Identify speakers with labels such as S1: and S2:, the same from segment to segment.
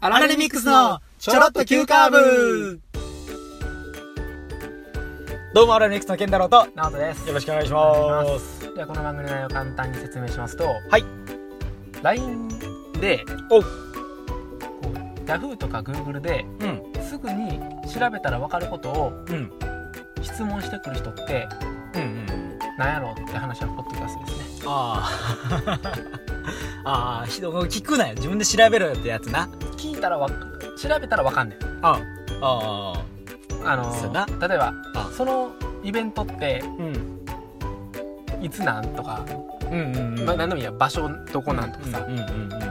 S1: アラレミックスのちょろっと急カーブ
S2: どうも、アラミックスの健太郎と、
S1: ナオトです
S2: よろし
S1: く
S2: くお願いし
S1: お願
S2: ま
S1: いし
S2: す。
S1: ではこの番組の内容を簡単に説明しますと
S2: はい
S1: LINE で
S2: お
S1: こう Yahoo とか Google で
S2: うん、
S1: すぐに調べたら分かることを
S2: うん、
S1: 質問してくる人って
S2: うん、うん。
S1: なんやろうって話はポッドキャストですね
S2: ああ。 ああ、ひど聞くなよ。自分で調べろよってやつな。
S1: 聞いたらわ調べたら分かんねん
S2: うん。ああ。
S1: あの
S2: そうや
S1: 例えば
S2: あ
S1: そのイベントって
S2: うん。
S1: いつなんとか、
S2: うんうんうん。
S1: まあ何でもいいや場所どこなんとかさ、
S2: うんうんうんうん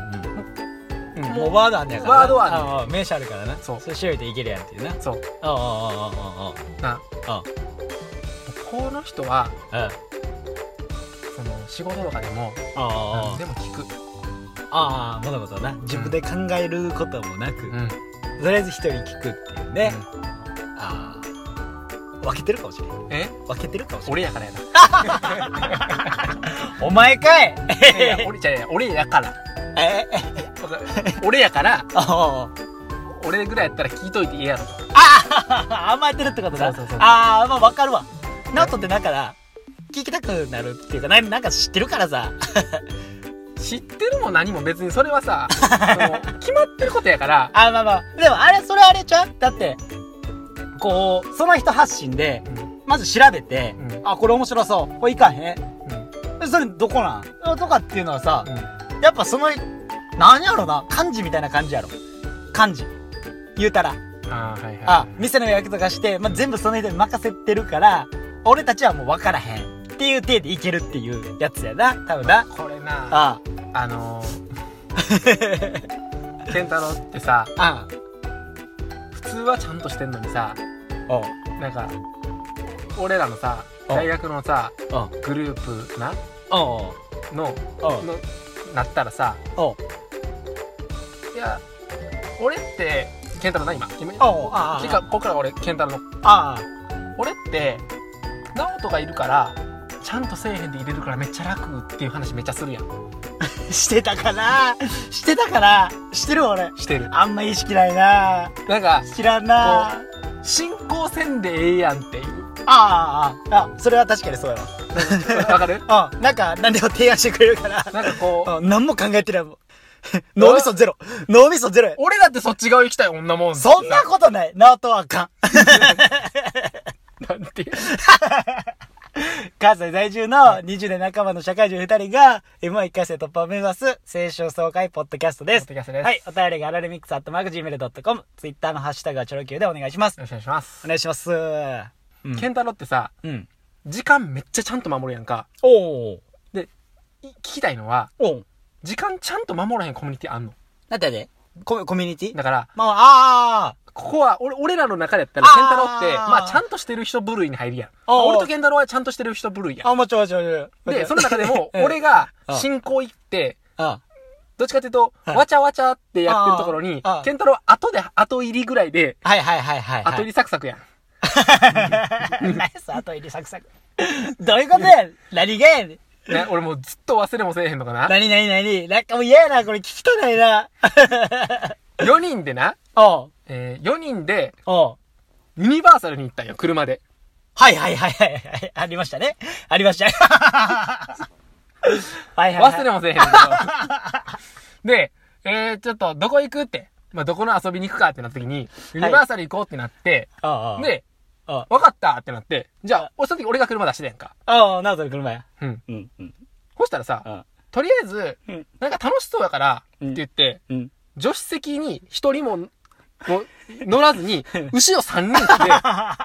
S2: うん。
S1: もう
S2: もうワードあんねやからな。
S1: ワードはあんねん
S2: ああ、名詞あるからな。
S1: そう
S2: それ調べていけるやんっていうな。あ
S1: そう
S2: あ、ああ、あ
S1: な
S2: あ
S1: この人は
S2: あ、ああ。
S1: その仕事とかでも
S2: ああ
S1: 何でも聞く、
S2: ああ物事をな自分で考えることもなく、
S1: うん
S2: とりあえず一人聞くっていうね、ああ分けてるかもしれない
S1: うんえ
S2: 分けてるかもしれない
S1: 俺やからやな
S2: お前かい
S1: いやいや俺じゃねえ俺や から
S2: え
S1: わかる俺やから
S2: あ
S1: 俺ぐらいやったら聞いといていいやろと
S2: あ甘えてるってことだ
S1: そうそうそう
S2: ああまあ分かるわナオトってだから聞きたくなるっていうかななんか知ってるからさ
S1: 知ってるも何も別にそれは さその決まってることやから
S2: あーまあまあでもあれそれあれちゃうだってこうその人発信で
S1: うん
S2: まず調べて、
S1: うん
S2: あこれ面白そうこれいかへん
S1: うん
S2: えそれどこなんあとかっていうのはさ
S1: う、ん
S2: やっぱその、なんやろな、漢字みたいな感じやろ。漢字。言うたら、
S1: あーはいはいはい
S2: あ、店の予約とかして、まあ、全部その人に任せてるから、俺たちはもう分からへん。っていう体でいけるっていうやつやな、多分な。
S1: これなあ
S2: あ
S1: の ー健太郎ってさ
S2: あ、あ
S1: 普通はちゃんとしてんのにさ
S2: あ、おう、
S1: なんか俺らのさ
S2: うん
S1: 大学のさ
S2: おう、
S1: グループな
S2: おう、
S1: の
S2: おう、
S1: のなったらさ
S2: おう、
S1: いや俺って健太郎な今今
S2: おう、あ
S1: て
S2: あ
S1: か、ここから俺健太郎の
S2: ああ、
S1: 俺って直人がいるからちゃんとせえへんで入れるからめっちゃ楽っていう話めっちゃするやん
S2: してたかなしてたかなしてる俺。
S1: してる
S2: あんま意識ないな
S1: なんか
S2: 知らんなあ
S1: 進行せんでええやんっていう
S2: ああ、ああ、それは確かにそうやわ。
S1: わかる
S2: うん、なんか、何でも提案してくれるから。
S1: なんかこう
S2: うん何も考えてないもん。 脳みそゼロ。脳みそゼロや。
S1: 俺だってそっち側行きたい女もんってさ
S2: そんなことない。ナオトはあかん。
S1: なんていう
S2: 関西在住の20年仲間の社会人2人が M11 回戦突破を目指す青春爽快ポッドキャストで
S1: ポッ
S2: す
S1: ド。キャストです
S2: はい。お便りがアラレミックスアットマーク Gmail.com。ツイッターのハッシュタグはチョロ Q でお願いします
S1: よ。ろしくお願いします
S2: お願いします。うん
S1: 健太郎ってさ
S2: うん。
S1: 時間めっちゃちゃんと守るやんか
S2: おー。
S1: い聞きたいのは
S2: おう
S1: 時間ちゃんと守らへんコミュニティあんの
S2: なんてでココミュニティ
S1: だから
S2: まあ、あ
S1: ここは俺俺らの中でやったら
S2: あー
S1: 健太郎ってまあちゃんとしてる人部類に入るやん
S2: おうおう
S1: 俺と健太郎はちゃんとしてる人部類や
S2: あ。あ、もちろん、もちろんもちろん。
S1: でその中でも
S2: うん
S1: 俺が
S2: うん
S1: 進行行って
S2: あ
S1: どっちかっていうと
S2: はい
S1: わちゃわちゃってやってるところに
S2: あーあー
S1: 健太郎は後で後入りぐらいで
S2: はいはいはいはいはい。
S1: 後入りサクサクやん
S2: ナイス後入りサクサク。どういうことや何がやねん。
S1: ね、俺もうずっと忘れもせえへんのかな
S2: 何何何なんかもう嫌やな、これ聞きたないな。
S1: 4人でな、
S2: おう、
S1: え4人で
S2: おう。
S1: ユニバーサルに行ったんよ車で
S2: はいはいはいはいはい。ありましたね。ありました。 はいはい、はい。
S1: 忘れもせえへん のかなで、えー、ちょっとどこ行くって、まあ、どこの遊びに行くかってなった時にユニバーサル行こうってなって、
S2: おうおう、
S1: で
S2: おう。
S1: 分かったってなって、じゃあ、おその時俺が車出してたやんか。
S2: おう、なぜ車や。
S1: うん。
S2: うん、うん、
S1: そしたらさ、
S2: あ
S1: とりあえず
S2: うん、
S1: なんか楽しそうやから、って言って、
S2: うん。
S1: 助手席に一人もの乗らずに、後ろ三人で、ブワ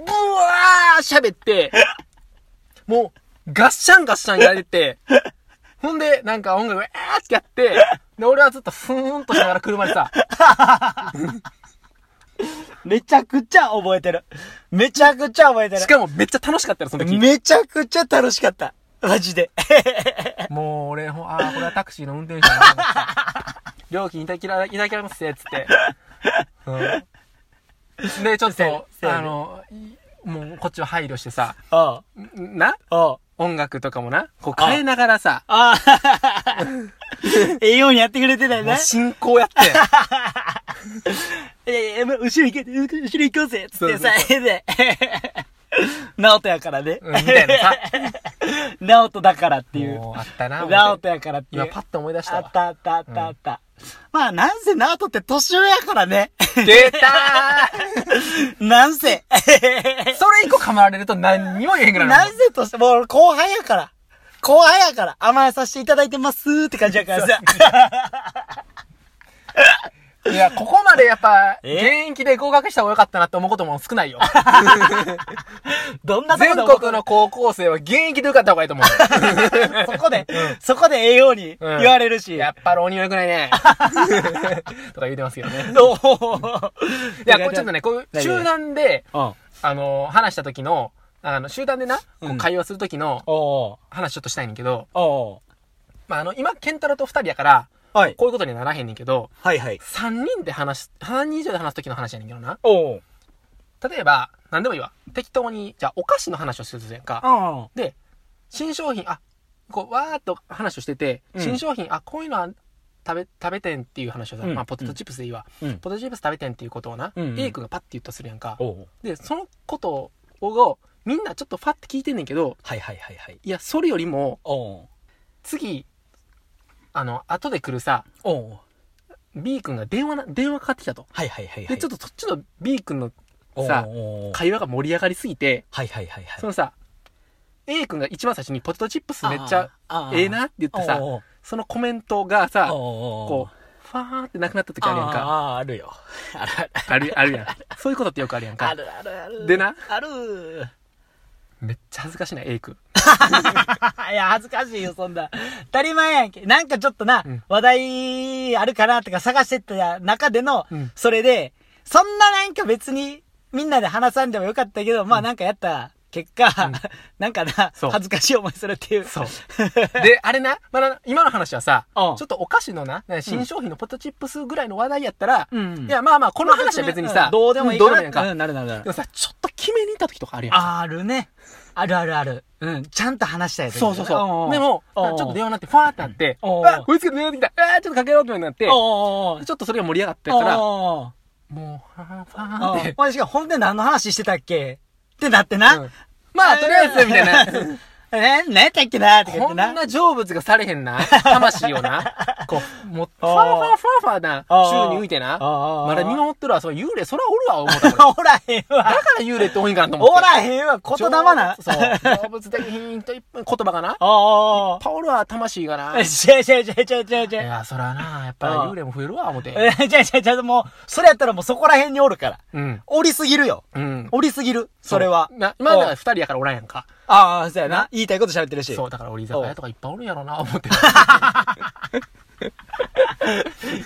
S1: ー喋って、もう、ガッシャンガッシャンやられて、ほんで、なんか音楽が、えーってやって、で、俺はずっとふーんとしながら車でさ、
S2: めちゃくちゃ覚えてる。めちゃくちゃ覚えて
S1: し
S2: る。
S1: かもめっちゃ楽しかったよ、その時。
S2: めちゃくちゃ楽しかった。マジで。
S1: もう俺、ほああ、これはタクシーの運転手だなと思って。料金いただきら、いただきられますね、つって。うん、で、ちょっ
S2: せやね
S1: と、
S2: せやね
S1: あの、いもうこっちは配慮してさ、
S2: おうん
S1: な
S2: おう。
S1: 音楽とかもな、こう変えながらさ、
S2: ああ。 ええようにやってくれてたよ
S1: もう
S2: な。
S1: 進行やってん。
S2: ええ、もう後ろ行け、後ろ行こうぜっつってさ、
S1: そう
S2: ええで。 ナオトやからね。
S1: うんみたいな さ。
S2: ナオトだからっていう。
S1: もうあったな。
S2: ナオトやからっていう。
S1: 今パッと思い出した
S2: あ
S1: わ。
S2: ったあったあったあった。まあ、なんせナオトって年上やか らね。
S1: 出た
S2: なん せ。
S1: ーそれ以降噛まれると何にも言えへんから
S2: なんせとして、もう後輩やから。後輩やから甘えさせていただいてますーって感じやからさ。
S1: いや、ここまでやっぱ、
S2: え
S1: 現役で合格した方が良かったなって思うことも少ないよ。
S2: どん なとこ
S1: 全
S2: で
S1: 国の高校生は現役で受かった方がいいと思
S2: そこで、そこでええように言
S1: うん
S2: われる
S1: う。
S2: し。
S1: やっぱ浪人は良くないね。 とか言うてますけど ね。
S2: おー
S1: いや、これちょっとね、こう、
S2: 何
S1: 集団で、
S2: うん。お
S1: あの、話した時の、あの、集団でな、こ
S2: う
S1: うん会話する時の
S2: お
S1: 話ちょっとしたいねんけど、
S2: おお
S1: まあ、あの、今、ケンタロウと二人やから、
S2: はい。
S1: こういうことにはならへんねんけど、
S2: はいはい。
S1: 三人で話す、三人以上で話す時の話やねんけどな。
S2: おう
S1: 例えば、何でもいいわ。適当に、じゃあ、お菓子の話をするとするやんか。
S2: ん。
S1: で、新商品、あ、こう、わーっと話をしてて、
S2: うん
S1: 新商品、あ、こういうのは食べ、食べてんっていう話をさ、
S2: うん
S1: まあ、ポテトチップスでいいわ。
S2: うん。
S1: ポテトチップス食べてんっていうことをな、
S2: うんうん
S1: A 君がパッて言ったとするやんか。
S2: おう
S1: で、そのことを、みんなちょっとパッて聞いてんねんけど、
S2: はいはいはいはい。
S1: いや、それよりも、
S2: おう
S1: 次、あの、後で来るさ、
S2: おう
S1: B 君が電話な、電話かかってきたと。
S2: はいはいはいはい。
S1: で、ちょっ
S2: っ
S1: とそっちの B 君の
S2: さ
S1: さ、
S2: おうおう
S1: 会話が盛り上がりすぎて、
S2: はいはいはいはい。
S1: そのさ、A 君が一番最初にポテトチップスめっちゃ
S2: あー、
S1: ええなって言ってさ、
S2: おう
S1: そのコメントが
S2: おう、
S1: さ、
S2: こ
S1: こう、ファーってなくなった時
S2: あ
S1: あるやんか。
S2: あー、あるよ。あるある。
S1: ある、ある やん。そういうことってよくあるやん
S2: あ
S1: か。
S2: るあるある。
S1: でな。
S2: ある。
S1: めっちゃ恥ずかしない、A 君。
S2: いや、恥ずかしいよ、そんな。当たり前やんけ。なんかちょっとな、
S1: うん
S2: 話題あるかなとか探してった中での、
S1: うん
S2: それで、そんななんか別にみんなで話さんでもよかったけど、まあなんかやった結果、なんかな、
S1: そう
S2: 恥ずかしい思いするっていう。
S1: そうで、あれな、まだ今の話はさ、ち
S2: う
S1: ょ
S2: ん
S1: っとお菓子のな、新商品のポテトチップスぐらいの話題やったら、
S2: うん
S1: いや、まあまあ、この話は別にさ、
S2: うんどうでもいい
S1: ど
S2: か
S1: うでもい
S2: な
S1: いやんか。
S2: うん、なるなるな
S1: で
S2: る。
S1: もさ、ちょっと決めに行った時とかあるやん。
S2: あるね。あるあるある。うん、ちゃんと話したいやつ
S1: そうそうそう。でも、ちょっと電話
S2: 話
S1: になって、ファーってなって、
S2: うんうん
S1: あ、こいつが電話できた、あーちょっとかけようってなって、
S2: おうおうおうおう
S1: ちょっとそれが盛り上がったから、も
S2: おうおうおう
S1: う、ファーファーって
S2: あ、私が本で何の話してたっけってなってな。
S1: うんまあ、とりあえず、みたいな。
S2: な。 え、何やったっけなとか言っ
S1: こ
S2: て
S1: ん
S2: な。
S1: な成仏がされへんな、魂を な、こう、もう、ファーファーファーファーな、
S2: あー
S1: 宙に浮いてな、
S2: あー
S1: まだ見守ってるわ、それ幽霊、そらおるわ、思った 俺
S2: おらへんわ
S1: だ。から幽霊って多いんかなと思
S2: お
S1: って。
S2: らへんわ。言霊 な。
S1: そう。成仏的ヒント一本、言葉がな、
S2: おーおー
S1: パオルは魂がな
S2: おー。、違う違う違う違う違う
S1: い
S2: 違う。
S1: や、そらな、やっぱり
S2: ああ
S1: 幽霊も増えるわ、思て。
S2: え、違う違う違う。もう、それやったらもうそこら辺におるから。
S1: うん。
S2: おりすぎるよ。
S1: うん。
S2: おりすぎる。それは
S1: う。な、今だか
S2: お
S1: ら
S2: う
S1: 二人やからおらんやんか。
S2: ああ、そうやな。言いたいこと喋ってるし。
S1: そう、だから俺居酒屋とかいっぱいおるんやろな、思って。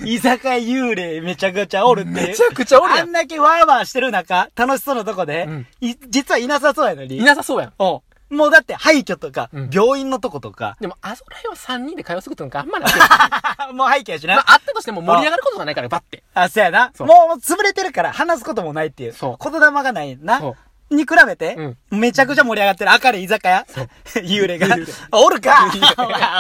S2: 居酒屋幽霊 めちゃくちゃおるっていう。
S1: めちゃくちゃおるや
S2: あ
S1: ん
S2: ん。だけワーワーしてる中、楽しそうなとこで
S1: うん、
S2: い実はいなさそうやのに
S1: い。なさそうやん。
S2: おもうだって廃墟とか、
S1: うん
S2: 病院のとことか、
S1: でも、あそこら辺は三人で会話するとなんかあんまな くて。
S2: もう廃墟やしな。
S1: まあ、あったとしても盛り上がることがないから、バッて。
S2: あ、そうやな。
S1: そう
S2: もう潰れてるから話すこともないっていう。
S1: そう
S2: 言霊がないな
S1: そ。
S2: に比べて、めちゃくちゃ盛り上がってる明るい居酒屋幽霊が
S1: 幽霊。
S2: おる か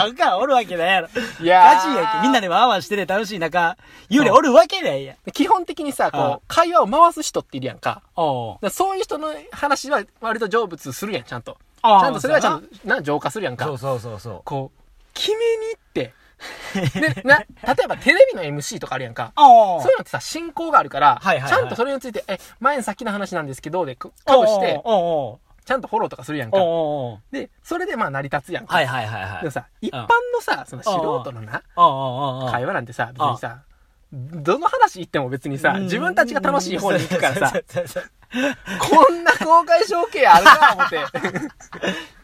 S2: おるかおるわけないやろ。
S1: いやー
S2: ガチやんけ。みんなでワーワーしてて楽しい中、幽霊おるわけないやん。
S1: 基本的にさ、
S2: ああ
S1: こう、会話を回す人っているやんか。だか
S2: おう
S1: らそういう人の話は割と成仏するやん、ちゃんと。ち
S2: ああ
S1: ゃんとそれはちゃんと、な、浄化するやんか。
S2: そうそうそうそう。
S1: こう、決めに行 って。で、な、例えばテレビの MC とかあるやんか。
S2: おう
S1: そういうのってさ、進行があるから、
S2: はいはいはい
S1: ちゃんとそれについて、え、前さっきの話なんですけど、で、かぶして、
S2: おうおう
S1: ちゃんとフォローとかするやん
S2: おうおう
S1: か。
S2: おうおう
S1: で、それでまあ成り立つやんか。
S2: はいはいはいはい。
S1: でもさ、一
S2: ん
S1: 般のさ、その素人のな、
S2: おうおうおうおう
S1: 会話なんてさ、別にさ、どの話行っても別にさ、
S2: うん
S1: 自分たちが楽しい方に行くからさ
S2: そ、うそうそうそう
S1: こんな公開処刑あるか思って。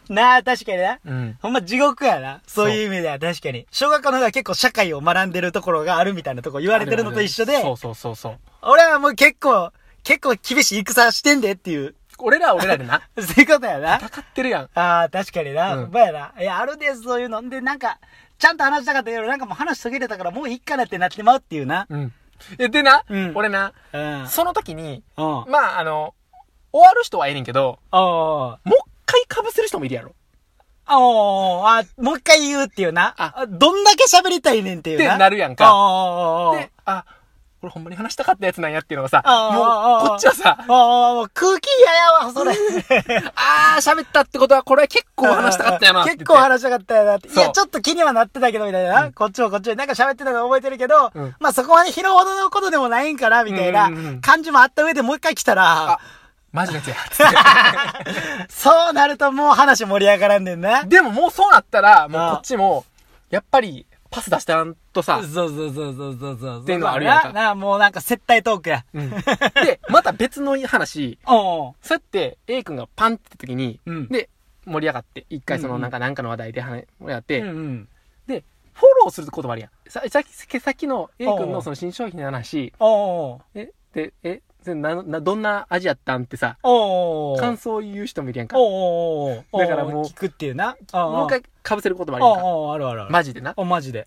S2: なあ、確かにな。
S1: うん。
S2: ほんま地獄やな。そういう意味では確かに。小学校の方が結構社会を学んでるところがあるみたいなとこ言われてるのと一緒で、
S1: そうそうそうそう。
S2: 俺はもう結構、結構厳しい戦してんでっていう、
S1: 俺らは俺らでな、
S2: そういうことやな。
S1: 戦ってるやん。
S2: ああ、確かにな。
S1: うん
S2: ほんまやな。いや、あるです、そういうの。んで、なんか、ちゃんと話したかったけど、なんかもう話し遂げてたからもういっかなってなってまうっていうな。
S1: うん。えでな、
S2: うん
S1: 俺な、
S2: うん。
S1: その時に、
S2: うん。お
S1: まあ、あの、終わる人はええねんけど、
S2: あ
S1: もう一回被せる人もいるやろ。
S2: あおー、あ、もう一回言うっていうな。
S1: あ
S2: あ、どんだけ喋りたいねんっていうな。
S1: ってなるやんか
S2: おーおーおーおー
S1: で、あ、これほんまに話したかったやつなんやっていうのがさ、
S2: あー
S1: もう、こっちはさ、
S2: おーおーおー空気嫌やわ、それ。
S1: あー、喋ったってことは、これは結構話したかったやなって言って。
S2: 結構話したかったよなって。い
S1: そ
S2: や、
S1: う
S2: ちょっと気にはなってたけど、みたいな。こっちもこっちも、なんか喋ってたの覚えてるけど、
S1: うん
S2: まあそこまで拾うほどのことでもないんかな、みたいな
S1: うんうんうん
S2: 感じもあった上でもう一回来たら
S1: あ、マジのやつや。
S2: そうなるともう話盛り上がらんねんな。
S1: でももうそうなったら、もう
S2: ああ
S1: こっちも、やっぱり、パス出したらんとさ
S2: そう、そうそうそうそうそう。
S1: っていうのあるやんか
S2: ななもうなんか接待トークや。
S1: うんで、また別の話、
S2: おう
S1: そうやって A 君がパンって言った時に、
S2: うん
S1: で、盛り上がって、一回そ
S2: うん
S1: の
S2: うん
S1: なんか、なんかの話題で話盛り上がって、
S2: んうん。
S1: で、フォローすることもあるやん。ささっき、さっきの A 君
S2: おうおう
S1: のその新商品の話、
S2: おう
S1: え、で、え、それな、な、どんな味やったんってさ、
S2: おうおう
S1: 感想を言う人もいるやんか。も
S2: おうおうおう
S1: だからもう
S2: 聞くっていうな。
S1: う
S2: も
S1: 一回被せることもあるやんか。
S2: おうおうあるあるある。
S1: マジでな。
S2: お、マジで。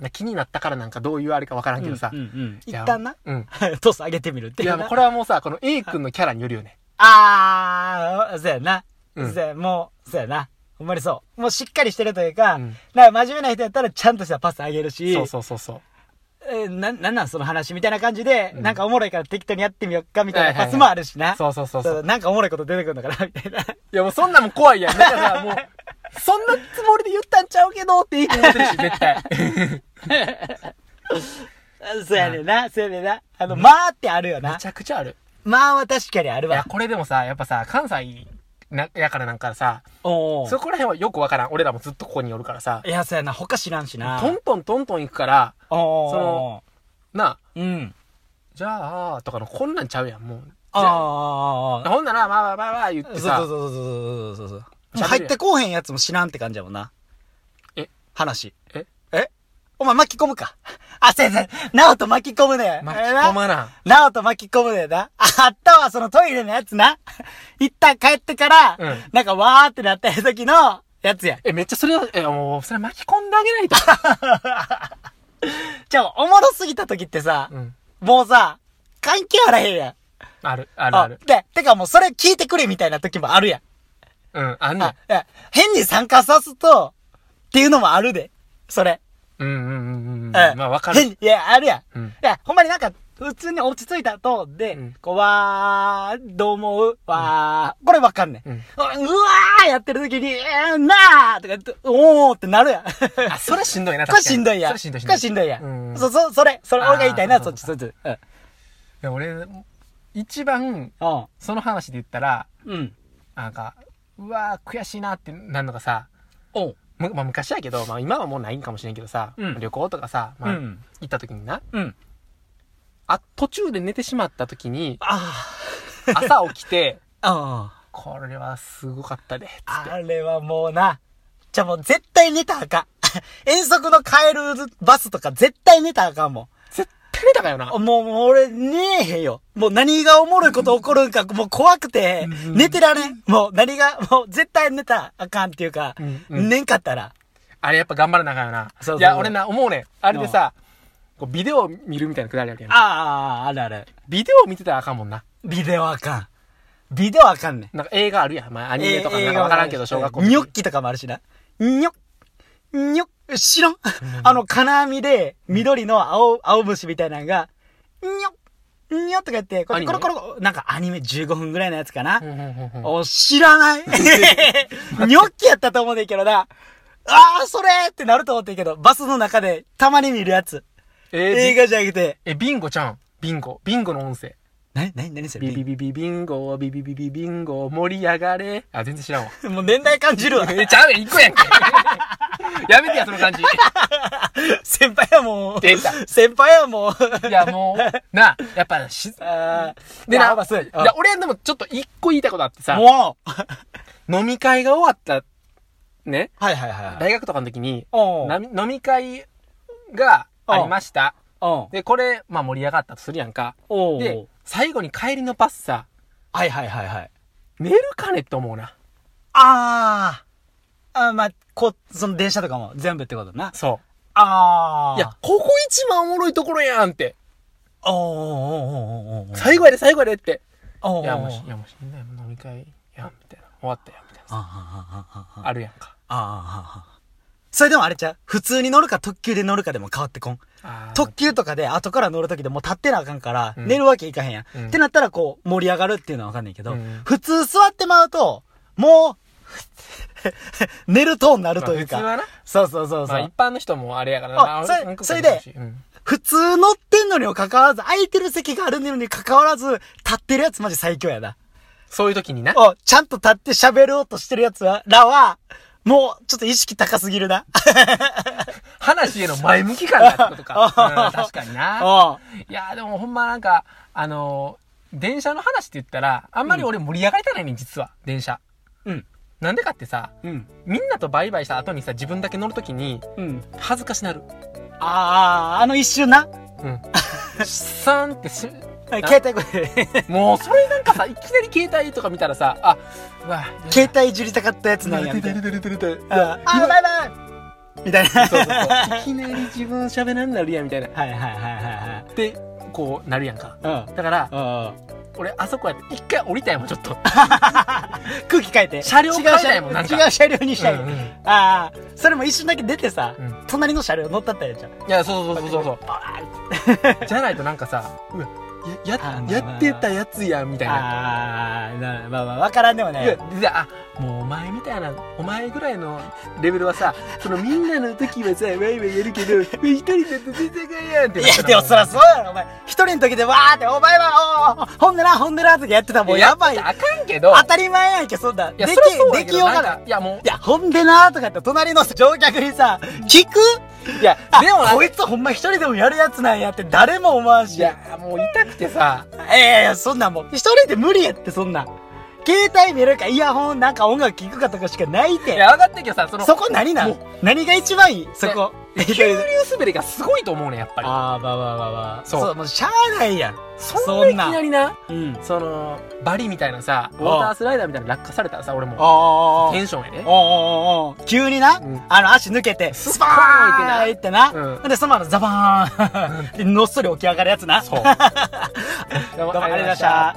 S1: な気になったからなんかどういうあれかわからんけどさ
S2: うん。うんうん。一
S1: いや
S2: 旦な。
S1: うん。
S2: トス上げてみるって
S1: い
S2: いうな。
S1: や、もうこれはもうさ、この A 君のキャラによるよね。
S2: あー、そうやな。
S1: うん
S2: そうや、もう、そうやな。ほんまにそう。もうしっかりしてるというか、
S1: うん
S2: なんか真面目な人やったらちゃんとしたパスあげるし、
S1: そうそうそうそう。
S2: えーななんなんその話みたいな感じで、
S1: うん
S2: なんかおもろいから適当にやってみよっかみたい
S1: はい
S2: な
S1: はいはい
S2: パスもあるしな。
S1: そうそうそうそう。
S2: なんかおもろいこと出てくるのかなみたいな。
S1: いやもうそんなんも怖いやん。だからさ、もう、 そんなつもりで言ったんちゃうけどっていいと思って るし、絶対。
S2: あそうやねんな、そうやねんな。あの、まあってあるよ
S1: め
S2: な
S1: ち。ゃくちゃある。
S2: まあは確かにある
S1: いや、
S2: わ。
S1: これでもさ、やっぱさ、関西な、やからなんかさ、
S2: お
S1: そこら辺はよくわからん。俺らもずっとここにおるからさ
S2: い、や、そうやな。他知らんしな。
S1: トントントントン行くから、
S2: お
S1: そのなあ、
S2: うん。
S1: じゃあ、とかのこんなんちゃうやん、もう。じ
S2: あーあー
S1: ゃ
S2: あー、
S1: あ、ほんなら、まあまあまあまあ言っ
S2: そう
S1: て
S2: そうそう
S1: さ、
S2: そうそうそうそう。
S1: 喋るやん
S2: 入ってこうへんやつも知らんって感じやもんな。
S1: え
S2: 話。
S1: え
S2: えお前巻き込むか。あ、先生、ナオト巻き込むね。
S1: 巻き込まな。
S2: ナオト巻き込むねな。ああったわ、そのトイレのやつな。一旦帰ってから、
S1: うん
S2: なんかわーってなった時のやつや。
S1: え、めっちゃそれは、え、もう、それ巻き込んであげ ないと。
S2: じゃあ、おもろすぎた時ってさ、
S1: うん。
S2: もうさ、関係あらへんやん。
S1: ある、あるある。
S2: で、てかもうそれ聞いてくれみたいな時もあるやん。
S1: うん、あんねん
S2: あ、いや変に参加さすと、っていうのもあるで。それ。
S1: うんうんうんうん。
S2: うん
S1: まあわかる。
S2: 変いや、あるやん。
S1: う
S2: い
S1: ん。
S2: や、ほんまになんか、普通に落ち着いたと、で、
S1: うん
S2: こう、わー、どう思うわー、これわかんねん。
S1: う
S2: うんわーやってる時に、えー、なーとか言って、おーってなるやん。
S1: あ、それしんどいな、
S2: これ
S1: 確かに
S2: しんどいやん。
S1: それしんどい
S2: これしんどいや。
S1: うんん
S2: そ、そ、それ、それ、
S1: あー
S2: 俺が言いたいな、そ
S1: そ
S2: っ
S1: う
S2: ち、
S1: そ
S2: そっ
S1: う
S2: ち。うん。
S1: いや俺、一番、
S2: うん
S1: その話で言ったら、
S2: うん。
S1: なんか、うわー、悔しいなってなるのがさ、
S2: おう。
S1: むまあ、昔やけど、まあ、今はもうないんかもしれんけどさ、
S2: うん
S1: 旅行とかさ、まあ
S2: うん
S1: 行った時にな、
S2: うん。、
S1: あ、途中で寝てしまった時に
S2: あ
S1: 朝起きて、
S2: あ。ああ。
S1: これはすごかったで、つって。
S2: あれはもうな。じゃあもう絶対寝たらあかん。 遠足の帰るバスとか絶対寝たらあかんもん。
S1: 絶対寝たかよな。
S2: もう、もう俺、寝えへんよ。もう何がおもろいこと起こるんか、もう怖くて、寝てられん。もう何が、もう絶対寝たらあかんっていうか、
S1: うんうん
S2: 寝んかったら。
S1: あれやっぱ頑張らなあかんよな。
S2: そうそう
S1: いや、俺な、思うねん。あれでさ、こうビデオ見るみたいなくだりあるやん。
S2: ああ、あるある。
S1: ビデオ見てたらあかんもんな。
S2: ビデオあかん。ビデオあかんねん。
S1: なんか映画あるやん。まあ、ア
S2: ア
S1: ニメとかなんかわからんけど、小学校の時
S2: ニョッキとかもあるしな。ニョッ、ニョッ、知らんあの、金網で、緑の青、青虫みたいなのが、ニョッ、ニョッとか言って、こ
S1: ア
S2: れ
S1: ニ
S2: コ
S1: メ
S2: ロコロコロ、なんかアニメ15分ぐらいのやつかな。
S1: うんうんうんうん
S2: お、知ら ないニョッキやったと思うねんけどな。あー、それーってなると思ってんけど、バスの中でたまに見るやつ。
S1: えー
S2: 映画じゃなくて。
S1: え、ビンゴちゃん。ビンゴ。ビンゴの音声。
S2: なになになにそれ
S1: ビビビビビンゴ、ビビビビビンゴ、盛り上がれ。あ、全然知らんわ。
S2: もう年代感じるわ。
S1: え、ちゃうやん、一個やんけ。 やめてや、その 感じ。い
S2: 先輩はもう
S1: 出た、
S2: 先輩はもう、
S1: や、もう、なあ、やっぱし、
S2: あー
S1: でな、
S2: あまあそうや
S1: いや俺でもちょっと一個言いたいことあってさ、
S2: もう
S1: 飲み会が終わった、ね、
S2: はいはいはいはい。
S1: 大学とかの時に、
S2: おう
S1: なみ飲み会がありました。
S2: お
S1: で、これ、まあ盛り上がったとするやんか。
S2: お
S1: で
S2: で、、
S1: 最後に帰りのパスさ、
S2: はいはいはいはい。
S1: 寝るかねって思うな。
S2: あー。あーまあ、こ、その電車とかも全部ってことな。
S1: そ
S2: あ
S1: う。
S2: ー。
S1: いや、、ここ一番おもろいところやんって。
S2: おーおーおーおーおーおー
S1: 最後やで、最後やでって。
S2: おー
S1: いや、もうし、いや、もうしんどい、もう飲み会、やん、みたいな。終わったよ、みたいな。
S2: あーあーあーあーあー
S1: あるやんか。
S2: ああああ、それでもあれちゃう普通に乗るか特急で乗るかでも変わってこん。特急とかで後から乗るときでもう立ってなあかんから、
S1: うん
S2: 寝るわけいかへんや、
S1: うん
S2: ん。ってなったらこう、盛り上がるっていうのはわかんないけど、
S1: うん
S2: 普通座ってまうと、もう、 寝るとになるというか。
S1: まあ普通はな
S2: そうそうそう
S1: ま
S2: そう。
S1: あ一般の人もあれやから
S2: あ
S1: まあ
S2: それ
S1: 俺
S2: それで
S1: うん
S2: 普通乗ってんのにも関わらず、空いてる席があるのに関わらず、立ってるやつマジ最強やな。
S1: そういう時にな。
S2: お、ちゃんと立って喋ろうとしてるやつは、らは、もう、ちょっと意識高すぎるな。
S1: 話への前向き感がってこと か。うん確かにな。
S2: お
S1: いやーでもほんまなんか、あのー、電車の話って言ったら、あんまり俺盛り上がりたないねん、実は。電車。
S2: うん。
S1: なんでかってさ、
S2: うん。
S1: みんなとバイバイした後にさ、自分だけ乗るときに、
S2: うん。
S1: 恥ずかしなる。
S2: ああ、あの一瞬な。
S1: うん。さーんってし、
S2: 携帯こ れ、
S1: もうそれなんかさ、いきなり携帯とか見たらさ、あ、うわ、
S2: 携帯いじりたかったやつなんやみたいな。あーあー、バイバイみたいな。
S1: そうそうそう。いきなり自分喋らんなるやん、みたいな。
S2: はいはいはい
S1: で、こうなるやんか。
S2: はいはい。
S1: だから、
S2: うん。うん。
S1: 俺、あそこやって、一回降りたいもん、ちょっと。
S2: 空気変えて。
S1: 車両変えたいもん
S2: 違う
S1: なん
S2: 車
S1: か
S2: 違う車両にしたい。
S1: うんうん
S2: ああ、それも一瞬だけ出てさ、
S1: うん
S2: 隣の車両乗ったったやんじゃん。
S1: いや、そうそうそうそうそう。 じゃないとなんかさ、うわ、や、
S2: あ
S1: や
S2: ー、
S1: やってたやつやん、みたいな。
S2: ああ、なまあまあ、わからんでもないい。
S1: や、であ、もうお前みたいな、お前ぐらいのレベルはさ、そのみんなの時はさ、ワイワイやる けど、一人だと全然あかんやんって
S2: い
S1: なった
S2: や、
S1: ら。
S2: でもそらそうやろ、お前。一人の時でわーって、お前は、おーおーほんでな、ほんでな、ってやってたらも
S1: もう
S2: う
S1: や
S2: や
S1: ば
S2: ば
S1: い。
S2: い。
S1: あかんけど、
S2: 当たり前やんけ、そんな。
S1: いや、
S2: で
S1: そ
S2: き
S1: りゃそうや
S2: で
S1: け
S2: き
S1: ど
S2: ようが
S1: な
S2: なん
S1: か
S2: い。
S1: いや、も
S2: いや、ほんでなーとかって、隣の乗客にさ、聞く
S1: う、いや、でもなん
S2: こ
S1: か
S2: いつほんま一人でもやるやつなんやって、誰も思わんし。
S1: いや、もう痛くてさ、
S2: いやいや、そんなんもう、一人で無理やって、そんなん。携帯見るか、イヤホン、なんか音楽聴くかとかしかない
S1: い
S2: て。
S1: や、分かってんけどさ、その、
S2: そこ何な
S1: もうん
S2: 何が一番いいそこ。
S1: 急流滑りがすごいと思うねんやっぱり。
S2: あー、ばばばば。
S1: そう
S2: そう、もうしゃあないやん。
S1: そんないきなりな、
S2: うん。
S1: その、バリみたいなさ、ウォ
S2: あ
S1: ータースライダーみたいなの落下されたらさ、俺も、
S2: あ
S1: テンションやね。
S2: おーおーおー急にな、
S1: うん
S2: あの足抜けて、スパーンってな、
S1: う
S2: で、そのままザバーン、 でのっそり起き上がるやつな。
S1: そうどう
S2: どうもありがとうございました。